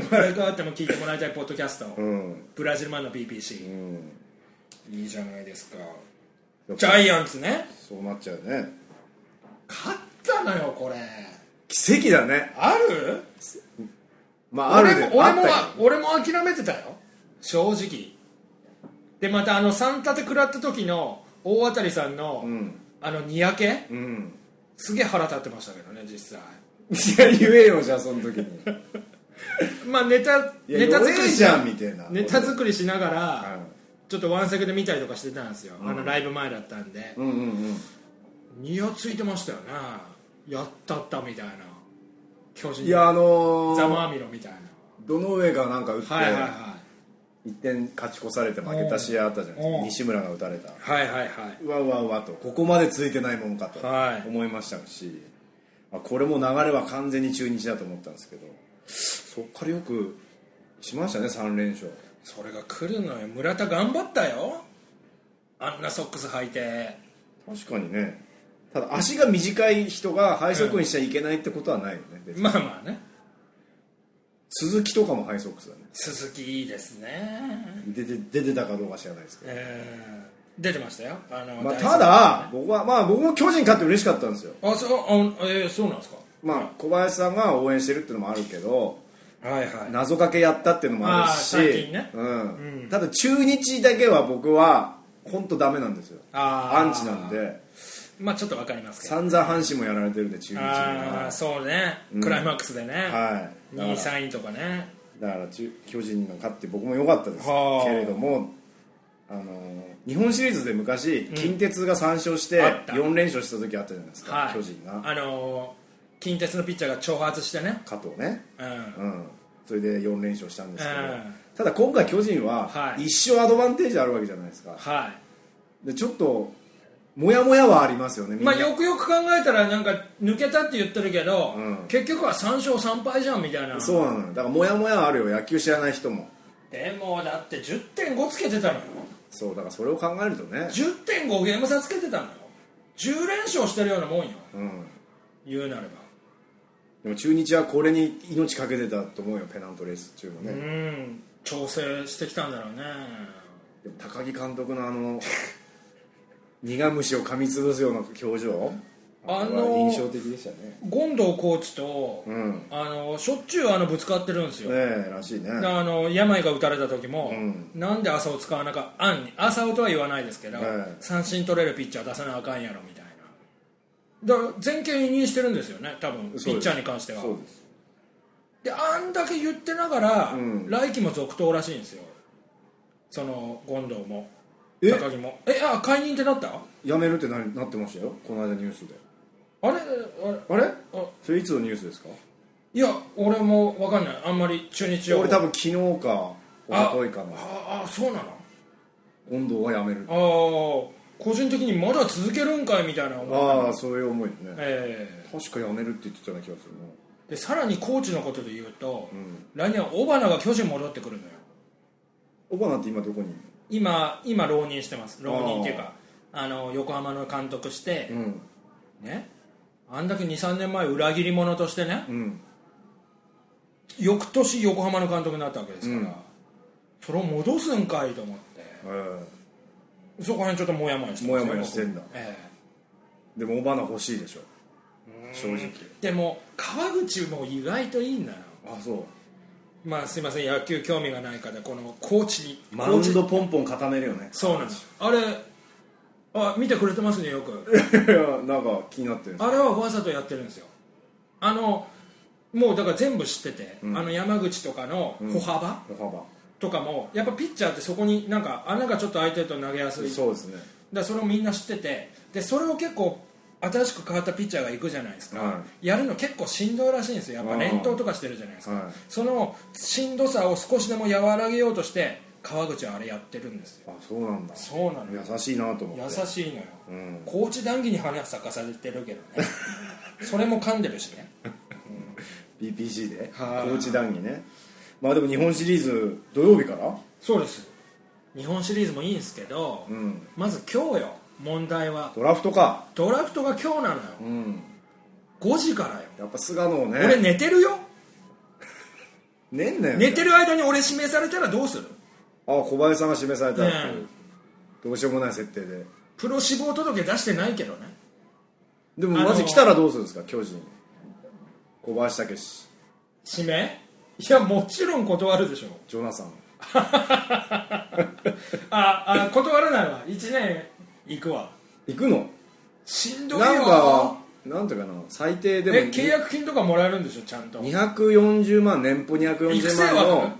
[SPEAKER 2] 生まれ変わっても聞いてもらいたいポッドキャスト、
[SPEAKER 1] うん
[SPEAKER 2] ブラジルマンの BBC、
[SPEAKER 1] うん
[SPEAKER 2] いいじゃないですかジャイアンツね
[SPEAKER 1] そうなっちゃうね
[SPEAKER 2] 勝ったのよこれ
[SPEAKER 1] 奇跡だね
[SPEAKER 2] ある
[SPEAKER 1] まあある
[SPEAKER 2] 俺
[SPEAKER 1] で
[SPEAKER 2] も俺も
[SPEAKER 1] あったけ
[SPEAKER 2] は俺も諦めてたよ正直でまたあの三立て食らった時の大当たりさんの、
[SPEAKER 1] ん
[SPEAKER 2] あのにやけ
[SPEAKER 1] どうん
[SPEAKER 2] すげえ腹立ってましたけどね実際
[SPEAKER 1] いや言えよじゃあその時に
[SPEAKER 2] まあネタ
[SPEAKER 1] いや
[SPEAKER 2] ネタ作
[SPEAKER 1] 弱
[SPEAKER 2] り
[SPEAKER 1] え
[SPEAKER 2] し
[SPEAKER 1] じゃんみたいな
[SPEAKER 2] ネタ作りしながら、
[SPEAKER 1] うん
[SPEAKER 2] ちょっとワンセクで見たりとかしてたんですよ、あのライブ前だったんで、
[SPEAKER 1] うんうん うん
[SPEAKER 2] ニヤついてましたよねやったったみたいな巨人
[SPEAKER 1] いやあの
[SPEAKER 2] ざ
[SPEAKER 1] ー、
[SPEAKER 2] まあみろみたいな
[SPEAKER 1] どの上がなんか打って、
[SPEAKER 2] はいはいはい
[SPEAKER 1] 1点勝ち越されて負けた試合あったじゃないです
[SPEAKER 2] うん
[SPEAKER 1] か西村が打たれた
[SPEAKER 2] はいはいは
[SPEAKER 1] うわうわうわとここまでついてないもんかと
[SPEAKER 2] はい
[SPEAKER 1] 思いましたし、あこれもう流れは完全に中日だと思ったんですけどそっからよくしましたね3連勝
[SPEAKER 2] それが来るのよ村田頑張ったよあんなソックス履いて
[SPEAKER 1] 確かにねただ足が短い人がハイソックスにしちゃいけないってことはないよね、別に
[SPEAKER 2] まあまあね
[SPEAKER 1] 鈴木とかもハイソックスだね
[SPEAKER 2] 鈴木いいですね
[SPEAKER 1] 出て出てたかどうか知らないですけど、
[SPEAKER 2] えー、出てましたよあの、
[SPEAKER 1] まあ、
[SPEAKER 2] 大好き
[SPEAKER 1] ただ僕はまあ僕も巨人勝って嬉しかったんですよ
[SPEAKER 2] あそうあえー、そうなんですか
[SPEAKER 1] まあ小林さんが応援してるっていうのもあるけど
[SPEAKER 2] はいはい
[SPEAKER 1] 謎かけやったっていうのもあるし
[SPEAKER 2] あー最近ね
[SPEAKER 1] うんただ中日だけは僕は本当ダメなんですよ
[SPEAKER 2] あー
[SPEAKER 1] アンチなんで
[SPEAKER 2] まあちょっとわかりますけど
[SPEAKER 1] 散々阪神もやられてるんで中日に
[SPEAKER 2] あ
[SPEAKER 1] は
[SPEAKER 2] あそうね、クライマックスでね、
[SPEAKER 1] はいだ
[SPEAKER 2] 2位
[SPEAKER 1] から
[SPEAKER 2] 3位とかね
[SPEAKER 1] だから中巨人が勝って僕も良かったです
[SPEAKER 2] はあ
[SPEAKER 1] けれどもあのー日本シリーズで昔近鉄が3勝して
[SPEAKER 2] あった
[SPEAKER 1] 4連勝した時あったじゃないです
[SPEAKER 2] は
[SPEAKER 1] か
[SPEAKER 2] い
[SPEAKER 1] 巨人が
[SPEAKER 2] あのー近鉄のピッチャーが挑発してね
[SPEAKER 1] 加藤ね
[SPEAKER 2] うん、
[SPEAKER 1] うんそれで4連勝したんですけど
[SPEAKER 2] うん
[SPEAKER 1] ただ今回巨人は
[SPEAKER 2] はい
[SPEAKER 1] 一生アドバンテージあるわけじゃないですか
[SPEAKER 2] は
[SPEAKER 1] でちょっとモヤモヤはありますよねみ
[SPEAKER 2] い
[SPEAKER 1] んな、
[SPEAKER 2] まあよくよく考えたらなんか抜けたって言ってるけど、
[SPEAKER 1] うん
[SPEAKER 2] 結局は3勝3敗じゃんみたいな
[SPEAKER 1] そうなのよだからモヤモヤはあるよ野球知らない人も
[SPEAKER 2] でもだって10.5つけてたのよ
[SPEAKER 1] そうだからそれを考えるとね
[SPEAKER 2] 10.5ゲーム差つけてたのよ10連勝してるようなもんよ
[SPEAKER 1] うん
[SPEAKER 2] 言うなれば
[SPEAKER 1] でも中日はこれに命かけてたと思うよペナントレース中のね、
[SPEAKER 2] うん調整してきたんだろうね
[SPEAKER 1] でも高木監督のあの 苦虫を噛みつぶすような表情
[SPEAKER 2] あの
[SPEAKER 1] れは印象的でしたね
[SPEAKER 2] 権藤コーチと、
[SPEAKER 1] うん
[SPEAKER 2] あのしょっちゅうあのぶつかってるんですよ、
[SPEAKER 1] ええらしいね
[SPEAKER 2] であの病が打たれた時も、
[SPEAKER 1] ん
[SPEAKER 2] なんで朝を使わなかあん朝をとは言わないですけど、
[SPEAKER 1] はい
[SPEAKER 2] 三振取れるピッチャー出さなあかんやろみたいなだから全権委任してるんですよね多分ピッチャーに関しては
[SPEAKER 1] そうです
[SPEAKER 2] であんだけ言ってながら、
[SPEAKER 1] ん
[SPEAKER 2] 来季も続投らしいんですよその権藤も
[SPEAKER 1] え
[SPEAKER 2] 高木もえあ解任ってなった
[SPEAKER 1] やめるってななってましたよこの間ニュースで
[SPEAKER 2] あれあれ
[SPEAKER 1] あれ
[SPEAKER 2] あ
[SPEAKER 1] それいつのニュースですか
[SPEAKER 2] いや俺も分かんないあんまり中日情報
[SPEAKER 1] 俺多分昨日か
[SPEAKER 2] あ
[SPEAKER 1] おとといかの
[SPEAKER 2] ああそうなの
[SPEAKER 1] 温度はやめる
[SPEAKER 2] ああ個人的にまだ続けるんかいみたいな思い
[SPEAKER 1] ああそういう思いでね
[SPEAKER 2] え
[SPEAKER 1] 確かやめるって言ってたような気がするな
[SPEAKER 2] えでさらにコーチのことで言うと、来年は尾花が巨人戻ってくるのよ
[SPEAKER 1] オバナって今どこにいる
[SPEAKER 2] 今今浪人してます浪人っていうかあの横浜の監督して、
[SPEAKER 1] のうん
[SPEAKER 2] ねあんだけ23年前裏切り者としてね
[SPEAKER 1] うん
[SPEAKER 2] 翌年横浜の監督になったわけですから、それを戻すんかいと思って
[SPEAKER 1] え
[SPEAKER 2] そこら辺ちょっとモヤモヤしてますね
[SPEAKER 1] モヤモヤしてんだ
[SPEAKER 2] 僕ええ
[SPEAKER 1] えでもオバナ欲しいでしょ正直
[SPEAKER 2] でも川口も意外といいんだよ
[SPEAKER 1] あそう
[SPEAKER 2] まあすいません野球興味がない方このコーチに
[SPEAKER 1] マウン
[SPEAKER 2] コー
[SPEAKER 1] ドポンポン固めるよね
[SPEAKER 2] チそうなんですあれあ見てくれてますねよく
[SPEAKER 1] いやなんか気になってるんです
[SPEAKER 2] あれはわざとやってるんですよあのもうだから全部知ってて、あの山口とかの歩幅
[SPEAKER 1] 歩幅
[SPEAKER 2] とかも、やっぱピッチャーってそこになんか穴がちょっと開いてると投げやすいだか
[SPEAKER 1] そうですね
[SPEAKER 2] らそれをみんな知っててでそれを結構新しく変わったピッチャーが行くじゃないですか、
[SPEAKER 1] は
[SPEAKER 2] やるの結構しんどいらしいんですよやっぱ連投とかしてるじゃないですか、
[SPEAKER 1] はい
[SPEAKER 2] そのしんどさを少しでも和らげようとして川口はあれやってるんですよ
[SPEAKER 1] あそうなんだ
[SPEAKER 2] そうなのよ
[SPEAKER 1] 優しいなと思って
[SPEAKER 2] 優しいのよ、高知談義に花咲かされてるけど ねそれも噛んでるしね
[SPEAKER 1] BPG で
[SPEAKER 2] はい
[SPEAKER 1] 高知談義ねまあでも日本シリーズ土曜日から
[SPEAKER 2] そうです日本シリーズもいいんですけど、
[SPEAKER 1] ん
[SPEAKER 2] まず今日よ問題は
[SPEAKER 1] ドラフトか
[SPEAKER 2] ドラフトが今日なのよ、
[SPEAKER 1] うん
[SPEAKER 2] 5時からよ
[SPEAKER 1] やっぱ菅野をね
[SPEAKER 2] 俺寝てるよ
[SPEAKER 1] ねんねん
[SPEAKER 2] 寝てる間に俺指名されたらどうする、
[SPEAKER 1] あ小林さんが示されたっていう
[SPEAKER 2] うん
[SPEAKER 1] どうしようもない設定で
[SPEAKER 2] プロ志望届出してないけどね
[SPEAKER 1] でも
[SPEAKER 2] あのー
[SPEAKER 1] マジ来たらどうするんですか巨人小林武史
[SPEAKER 2] 指名いやもちろん断るでしょ
[SPEAKER 1] ジョナサン
[SPEAKER 2] ああ断らないわ1年行くわ
[SPEAKER 1] 行くの
[SPEAKER 2] しんどいよ
[SPEAKER 1] なんかなんていうかな最低でも
[SPEAKER 2] え契約金とかもらえるんでしょちゃんと
[SPEAKER 1] 240万年俸
[SPEAKER 2] 育
[SPEAKER 1] 240
[SPEAKER 2] 成
[SPEAKER 1] 万の
[SPEAKER 2] 枠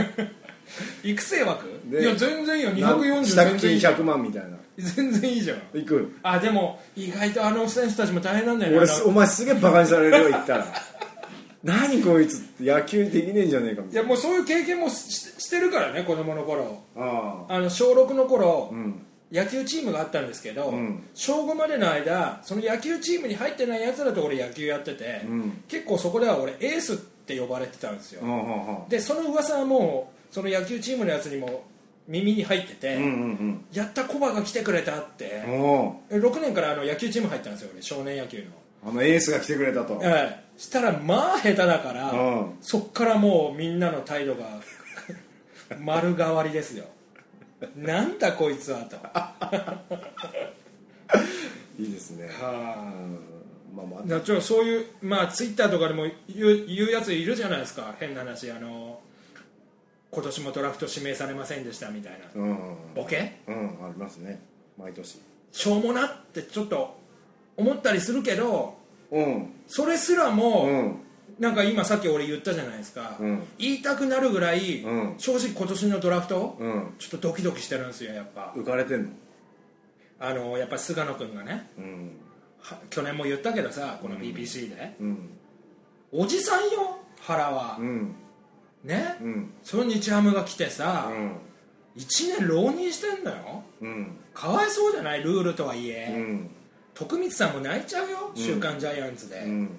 [SPEAKER 2] 育成枠い
[SPEAKER 1] で
[SPEAKER 2] や全然いいよ
[SPEAKER 1] なん
[SPEAKER 2] 240
[SPEAKER 1] 支度
[SPEAKER 2] 全
[SPEAKER 1] 金
[SPEAKER 2] 然いいじゃん
[SPEAKER 1] 100万みたいな
[SPEAKER 2] 全然いいじゃん
[SPEAKER 1] 行く
[SPEAKER 2] あでも意外とあの選手たちも大変なんだよね
[SPEAKER 1] 俺
[SPEAKER 2] あの
[SPEAKER 1] すお前すげえバカにされるよ言ったら 何こいつって野球できねえんじゃねえかみ
[SPEAKER 2] い
[SPEAKER 1] たい
[SPEAKER 2] やもうそういう経験もししてるからね子供の頃
[SPEAKER 1] なああ
[SPEAKER 2] あの小6の頃、
[SPEAKER 1] ん
[SPEAKER 2] 野球チームがあったんですけど、
[SPEAKER 1] ん
[SPEAKER 2] 小5までの間その野球チームに入ってないやつらと俺野球やってて、
[SPEAKER 1] ん
[SPEAKER 2] 結構そこでは俺エースって呼ばれてたんですよ、
[SPEAKER 1] うんうんうん
[SPEAKER 2] でその噂はもうその野球チームのやつにも耳に入ってて、
[SPEAKER 1] うんうん
[SPEAKER 2] やったコバが来てくれたって
[SPEAKER 1] うん、お
[SPEAKER 2] え6年からあの野球チーム入ったんですよ俺少年野球の、
[SPEAKER 1] あのエースが来てくれたと
[SPEAKER 2] ええしたらまあ下手だから、
[SPEAKER 1] うん
[SPEAKER 2] そっからもうみんなの態度が 丸変わりですよなんだこいつはと
[SPEAKER 1] いいですねうんまあまあ
[SPEAKER 2] なちょそういうまあツイッターとかでも言う言うやついるじゃないですか変な話あの今年もドラフト指名されませんでしたみたいな
[SPEAKER 1] うん
[SPEAKER 2] ボケ
[SPEAKER 1] うんありますね毎年
[SPEAKER 2] しょうもなってちょっと思ったりするけど
[SPEAKER 1] うん
[SPEAKER 2] それすら
[SPEAKER 1] う
[SPEAKER 2] も、
[SPEAKER 1] ん
[SPEAKER 2] なんか今さっき俺言ったじゃないですか、
[SPEAKER 1] うん
[SPEAKER 2] 言いたくなるぐらい、
[SPEAKER 1] うん
[SPEAKER 2] 正直今年のドラフト、
[SPEAKER 1] うん
[SPEAKER 2] ちょっとドキドキしてるんですよやっぱ、
[SPEAKER 1] 浮かれてんの
[SPEAKER 2] あのやっぱ菅野君がね
[SPEAKER 1] うん
[SPEAKER 2] は去年も言ったけどさこの BBC で、
[SPEAKER 1] うん
[SPEAKER 2] おじさんよ原は
[SPEAKER 1] う、ん
[SPEAKER 2] ね、
[SPEAKER 1] うん
[SPEAKER 2] その日ハムが来てさ
[SPEAKER 1] う、ん
[SPEAKER 2] 1年浪人してんのよ
[SPEAKER 1] うん
[SPEAKER 2] かわいそうじゃないルールとはい
[SPEAKER 1] うんう
[SPEAKER 2] え、
[SPEAKER 1] ん
[SPEAKER 2] 徳光さんも泣いちゃうよ「週刊ジャイアンツで」
[SPEAKER 1] うん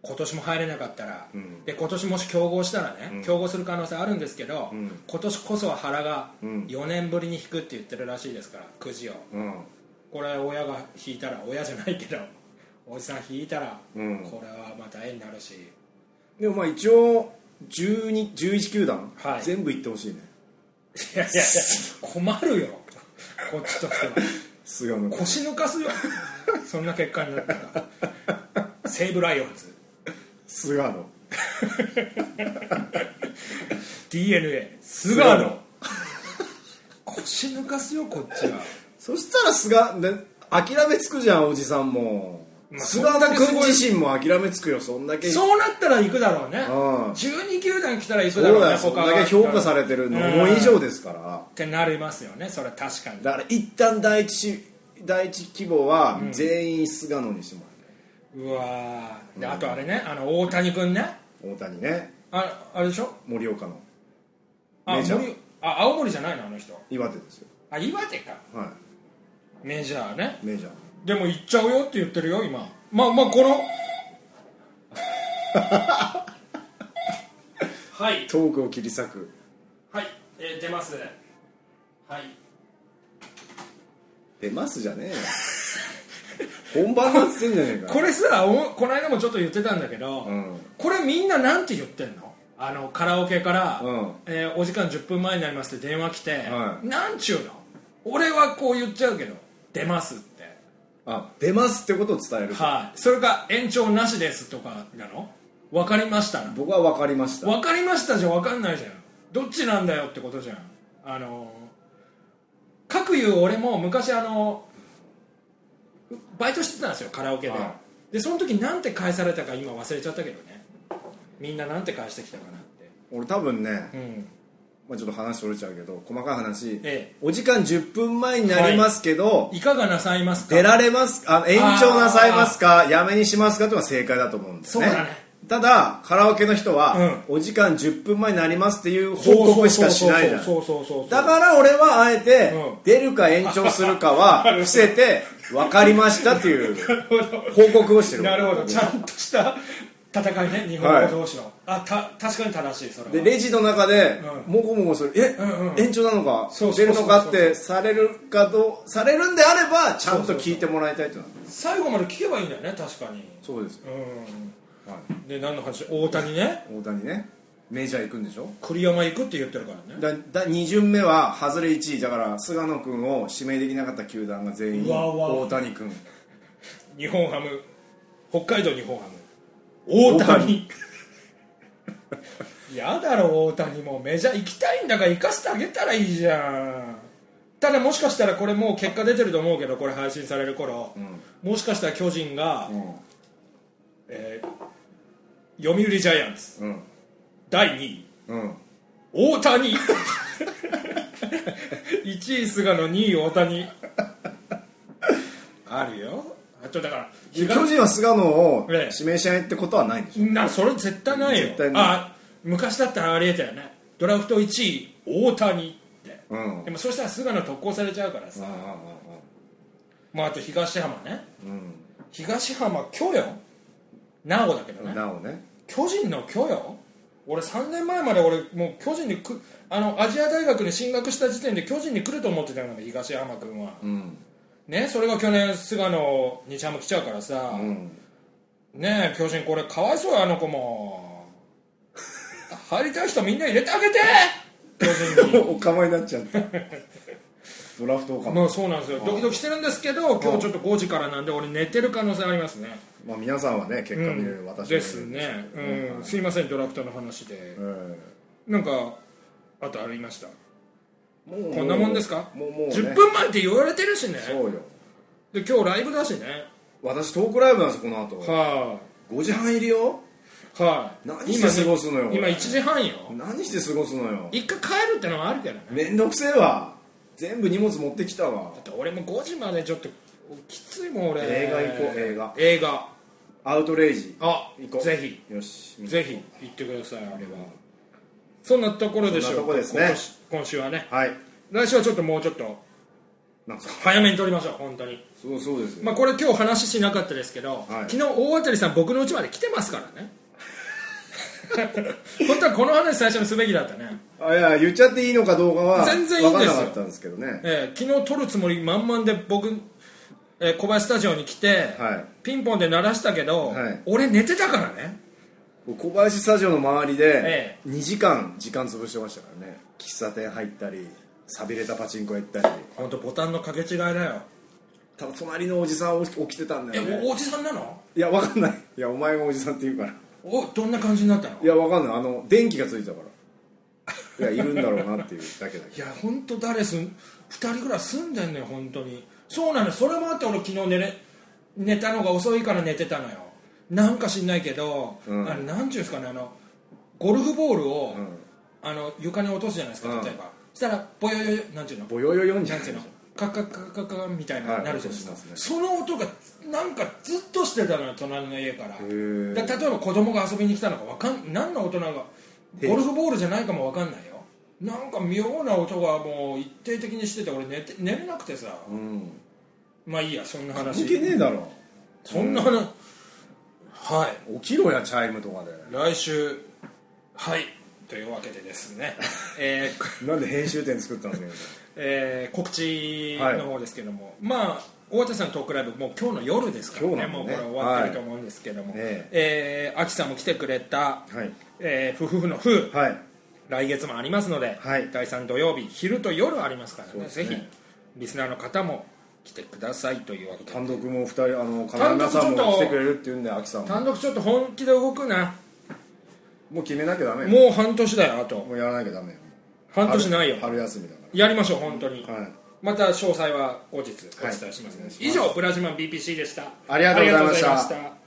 [SPEAKER 2] 今年も入れなかったら、
[SPEAKER 1] ん
[SPEAKER 2] で今年もし競合したらね、
[SPEAKER 1] ん
[SPEAKER 2] 競合する可能性あるんですけど、
[SPEAKER 1] ん
[SPEAKER 2] 今年こそは原が
[SPEAKER 1] うん
[SPEAKER 2] 4年ぶりに引くって言ってるらしいですからくじを
[SPEAKER 1] うん
[SPEAKER 2] これ親が引いたら親じゃないけどおじさん引いたら、
[SPEAKER 1] うん
[SPEAKER 2] これはまた絵になるし
[SPEAKER 1] でもまあ一応12 11球団、
[SPEAKER 2] はい
[SPEAKER 1] 全部行ってほしいね
[SPEAKER 2] いやいやいや困るよこっちとしては
[SPEAKER 1] 菅野君
[SPEAKER 2] 腰抜かすよ そんな結果になったら西武ライオンズ
[SPEAKER 1] 菅野
[SPEAKER 2] d n a 菅
[SPEAKER 1] 菅
[SPEAKER 2] 野
[SPEAKER 1] 野
[SPEAKER 2] 腰抜かすよこっちは。
[SPEAKER 1] そしたら菅ね諦めつくじゃんおじさんも、
[SPEAKER 2] まあ
[SPEAKER 1] 菅
[SPEAKER 2] そんだ
[SPEAKER 1] 野
[SPEAKER 2] けす
[SPEAKER 1] 君
[SPEAKER 2] ごい
[SPEAKER 1] 自身も諦めつくよそんだけ
[SPEAKER 2] そうなったら行くだろうね、
[SPEAKER 1] うん
[SPEAKER 2] 12球団来たら行く
[SPEAKER 1] そう
[SPEAKER 2] だろう
[SPEAKER 1] だ
[SPEAKER 2] ね、
[SPEAKER 1] よそん
[SPEAKER 2] 他
[SPEAKER 1] だけ評価されてるの
[SPEAKER 2] うん
[SPEAKER 1] も以上ですから
[SPEAKER 2] ってなりますよね、それは確かに。
[SPEAKER 1] だから一旦第一し第一希望は全員菅野にしても
[SPEAKER 2] うわーであとあれね、あの大谷君ね、
[SPEAKER 1] らう、大谷ね
[SPEAKER 2] ああれでしょ
[SPEAKER 1] 盛岡の
[SPEAKER 2] あ
[SPEAKER 1] メジャー
[SPEAKER 2] 森あ、青森じゃないの、あの人、
[SPEAKER 1] 岩手ですよ
[SPEAKER 2] あ岩手か、
[SPEAKER 1] は
[SPEAKER 2] メジャーね、
[SPEAKER 1] いメジャー
[SPEAKER 2] でも行っちゃうよって言ってるよ、今、まあ、まあ、この、 はい、
[SPEAKER 1] トークを切り裂く
[SPEAKER 2] はい、えー出ます、はい、
[SPEAKER 1] 出ますじゃねえよ本番なんつってんじゃねえか
[SPEAKER 2] これさ、おこの間もちょっと言ってたんだけど、
[SPEAKER 1] うん
[SPEAKER 2] これみんななんて言ってんのあのカラオケから、
[SPEAKER 1] うん
[SPEAKER 2] えーお時間10分前になりますって電話来て、
[SPEAKER 1] はい
[SPEAKER 2] なんちゅうの俺はこう言っちゃうけど出ますって
[SPEAKER 1] あ出ますってことを伝える、
[SPEAKER 2] はいそれか延長なしですとかなの分かりましたな
[SPEAKER 1] 僕は分かりました
[SPEAKER 2] 分かりましたじゃ分かんないじゃんどっちなんだよってことじゃんあのかくいう俺も昔あのバイトしてたんですよカラオケで、
[SPEAKER 1] は
[SPEAKER 2] でその時なんて返されたか今忘れちゃったけどねみんななんて返してきたかなって
[SPEAKER 1] 俺多分ね、
[SPEAKER 2] うん
[SPEAKER 1] まあ、ちょっと話それちゃうけど細かい話、
[SPEAKER 2] ええ
[SPEAKER 1] お時間10分前になりますけど、
[SPEAKER 2] いかがなさいますか
[SPEAKER 1] 出られますあ延長なさいますかやめにしますかっていうのが正解だと思うんです
[SPEAKER 2] そう
[SPEAKER 1] ね
[SPEAKER 2] だね
[SPEAKER 1] ただカラオケの人は、お時間10分前になりますっていう報告しかしないじゃん
[SPEAKER 2] そうそうそうそうそうそう
[SPEAKER 1] だから俺はあえて、
[SPEAKER 2] うん
[SPEAKER 1] 出るか延長する かは伏せて分かりましたっていう報告をしてる
[SPEAKER 2] なるほどちゃんとした戦いね日本語同士の、あた確かに正しいそれは
[SPEAKER 1] でレジの中でもごもごする、え、
[SPEAKER 2] んうん
[SPEAKER 1] 延長なのか
[SPEAKER 2] そうそう
[SPEAKER 1] 出
[SPEAKER 2] そうそう
[SPEAKER 1] るのかってされるかどうされるんであればちゃんと聞いてもらいたいっていうのは
[SPEAKER 2] 最後まで聞けばいいんだよね確かに
[SPEAKER 1] そうですよ、
[SPEAKER 2] う
[SPEAKER 1] は
[SPEAKER 2] んで何の話大谷ね
[SPEAKER 1] い、大谷ねメジャー行くんでしょ
[SPEAKER 2] 栗山行くって言ってるからね
[SPEAKER 1] だだ2巡目は外れ1位だから菅野君を指名できなかった球団が全員
[SPEAKER 2] うわうわ
[SPEAKER 1] 大谷君
[SPEAKER 2] 日本ハム北海道日本ハム大
[SPEAKER 1] 大
[SPEAKER 2] 谷 やだろ大谷もメジャー行きたいんだから行かせてあげたらいいじゃんただもしかしたらこれもう結果出てると思うけどこれ配信される頃、もしかしたら巨人が、
[SPEAKER 1] う
[SPEAKER 2] えー読売ジャイアンツ
[SPEAKER 1] ん
[SPEAKER 2] 第2位
[SPEAKER 1] うんうん
[SPEAKER 2] 大 谷1位菅野2位大谷あるよあとだから
[SPEAKER 1] で巨人は菅野を
[SPEAKER 2] ええ
[SPEAKER 1] 指名しないってことはないんでしょ
[SPEAKER 2] なそれ絶対ないよ
[SPEAKER 1] 絶対ない
[SPEAKER 2] あ昔だったらありえたよねドラフト1位大谷って、
[SPEAKER 1] うんうんうん
[SPEAKER 2] でもそしたら菅野特攻されちゃうからさ、まあ、あと東浜ね
[SPEAKER 1] うん
[SPEAKER 2] 東浜巨よなおだけどね
[SPEAKER 1] なおね
[SPEAKER 2] 巨人の巨よ俺3年前まで俺もう巨人にくあのアジア大学に進学した時点で巨人に来ると思ってたのよ東浜君は、
[SPEAKER 1] うん
[SPEAKER 2] ねそれが去年菅野にちゃんも来ちゃうからさ、
[SPEAKER 1] うん
[SPEAKER 2] ねえ巨人これかわいそうよあの子も入りたい人みんな入れてあげて巨人に
[SPEAKER 1] お構いになっちゃったドラフトおかま
[SPEAKER 2] まあそうなんですよドキドキしてるんですけど今日ちょっと5時からなんで俺寝てる可能性ありますね
[SPEAKER 1] まあ皆さんはね結果見れる私
[SPEAKER 2] で
[SPEAKER 1] は
[SPEAKER 2] す
[SPEAKER 1] 見れる
[SPEAKER 2] ね、うん、すいませんドラフトの話で
[SPEAKER 1] え
[SPEAKER 2] なんかあとありました
[SPEAKER 1] えもう
[SPEAKER 2] こんなもんですか
[SPEAKER 1] もうもうね
[SPEAKER 2] 10分前って言われてるしね
[SPEAKER 1] そうよ
[SPEAKER 2] で今日ライブだしね
[SPEAKER 1] 私トークライブなんですよこの後
[SPEAKER 2] は
[SPEAKER 1] 5時半入りよ
[SPEAKER 2] いはい
[SPEAKER 1] 何して過ごすのよ
[SPEAKER 2] 今
[SPEAKER 1] 俺
[SPEAKER 2] 1時半よ
[SPEAKER 1] 何して過ごすのよ
[SPEAKER 2] 一回帰るってのはあるけどね
[SPEAKER 1] めんどくせえわ全部荷物持ってきたわ
[SPEAKER 2] だって俺も5時までちょっときついもん俺
[SPEAKER 1] 映画行こう映画
[SPEAKER 2] 映画
[SPEAKER 1] アウトレイジ
[SPEAKER 2] あ
[SPEAKER 1] 行こう
[SPEAKER 2] ぜひ
[SPEAKER 1] よし
[SPEAKER 2] ぜひ行ってくださいあれはそんなところでしょう
[SPEAKER 1] そんなとこですね
[SPEAKER 2] 今年今週はね
[SPEAKER 1] はい
[SPEAKER 2] 来週はちょっともうちょっと
[SPEAKER 1] なんすか
[SPEAKER 2] 早めに撮りましょう本当に
[SPEAKER 1] そうそうですよ
[SPEAKER 2] まあこれ今日話しなかったですけど、
[SPEAKER 1] は
[SPEAKER 2] 昨
[SPEAKER 1] い
[SPEAKER 2] 日大当たりさん僕の家まで来てますからね 本当はこの話最初にすべきだったね、
[SPEAKER 1] あいや言っちゃっていいのかどうかは
[SPEAKER 2] 全然いいんですよ
[SPEAKER 1] 分かんなかったんですけどね
[SPEAKER 2] えー昨日撮るつもり満々で僕、えー小林スタジオに来て、
[SPEAKER 1] はい
[SPEAKER 2] ピンポンで鳴らしたけど、
[SPEAKER 1] はい
[SPEAKER 2] 俺寝てたからね
[SPEAKER 1] 小林スタジオの周りで
[SPEAKER 2] え
[SPEAKER 1] 2時間時間潰してましたからね喫茶店入ったり寂れたパチンコ行ったり
[SPEAKER 2] 本当ボタンの掛け違いだよ
[SPEAKER 1] ただ隣のおじさん起き起きてたんだ
[SPEAKER 2] え
[SPEAKER 1] よね
[SPEAKER 2] おおじさんなの
[SPEAKER 1] いや分かんないいやお前がおじさんって言うから
[SPEAKER 2] おどんな感じになったの
[SPEAKER 1] いや分かんないあの電気がついてたからいやいるんだろうなっていうだけだけど
[SPEAKER 2] いや本当誰すん2人ぐらい住んでんのよ本当にそうなのよそれもあって俺昨日寝れ寝たのが遅いから寝てたのよなんか知んないけど、
[SPEAKER 1] ん
[SPEAKER 2] あのなんちゅうんですかねあのゴルフボールを、
[SPEAKER 1] ん
[SPEAKER 2] あの床に落とすじゃないですか
[SPEAKER 1] うん
[SPEAKER 2] 例えば、したら ボヨヨヨなんちゅうの
[SPEAKER 1] ぼよよよんじゃ
[SPEAKER 2] なん
[SPEAKER 1] ん
[SPEAKER 2] ていうのカカカカカみたい
[SPEAKER 1] は
[SPEAKER 2] ないなるじゃないです
[SPEAKER 1] し
[SPEAKER 2] か、
[SPEAKER 1] ますね
[SPEAKER 2] その音がなんかずっとしてたのよ隣の家から
[SPEAKER 1] ー
[SPEAKER 2] だ例えば子供が遊びに来たのかわかん何の音なのか
[SPEAKER 1] え
[SPEAKER 2] ゴルフボールじゃないかもわかんないよなんか妙な音がもう一定的にしてて俺寝て寝れなくてさ
[SPEAKER 1] うん
[SPEAKER 2] まあいいやそんな
[SPEAKER 1] 関係
[SPEAKER 2] 話
[SPEAKER 1] ねえだろ
[SPEAKER 2] そんな話、はい
[SPEAKER 1] 起きろやチャイムとかで
[SPEAKER 2] 来週はいというわけでですねえー
[SPEAKER 1] なんで編集点作ったんだけど
[SPEAKER 2] えー告知の方ですけども、まあ大畑さんのトークライブもう今日の夜ですからね
[SPEAKER 1] 今日な
[SPEAKER 2] もう
[SPEAKER 1] の
[SPEAKER 2] こ
[SPEAKER 1] ね
[SPEAKER 2] れ終わってると思うんですけども、
[SPEAKER 1] はいね
[SPEAKER 2] えー、秋さんも来てくれた、
[SPEAKER 1] はい
[SPEAKER 2] えー、夫婦の夫
[SPEAKER 1] はい
[SPEAKER 2] 来月もありますので、
[SPEAKER 1] はい
[SPEAKER 2] 第3土曜日昼と夜ありますからね
[SPEAKER 1] うです
[SPEAKER 2] ぜ
[SPEAKER 1] ね
[SPEAKER 2] ひリスナーの方も来てくださいというわけで
[SPEAKER 1] 単独も二人あの金村さん
[SPEAKER 2] 単独ちょっと
[SPEAKER 1] も来てくれるっていうんでアキさんも
[SPEAKER 2] 単独ちょっと本気で動くな
[SPEAKER 1] もう決めなきゃダメよ
[SPEAKER 2] もう半年だよあと
[SPEAKER 1] もうやらなきゃダメよ
[SPEAKER 2] 半年ないよ
[SPEAKER 1] 春春休みだか
[SPEAKER 2] やりましょう本当に、
[SPEAKER 1] らはい
[SPEAKER 2] また詳細は後日お伝えしますので、
[SPEAKER 1] はい
[SPEAKER 2] 以上「ブラジマン BPC」でした
[SPEAKER 1] ありがとうございました
[SPEAKER 2] ありがとうございました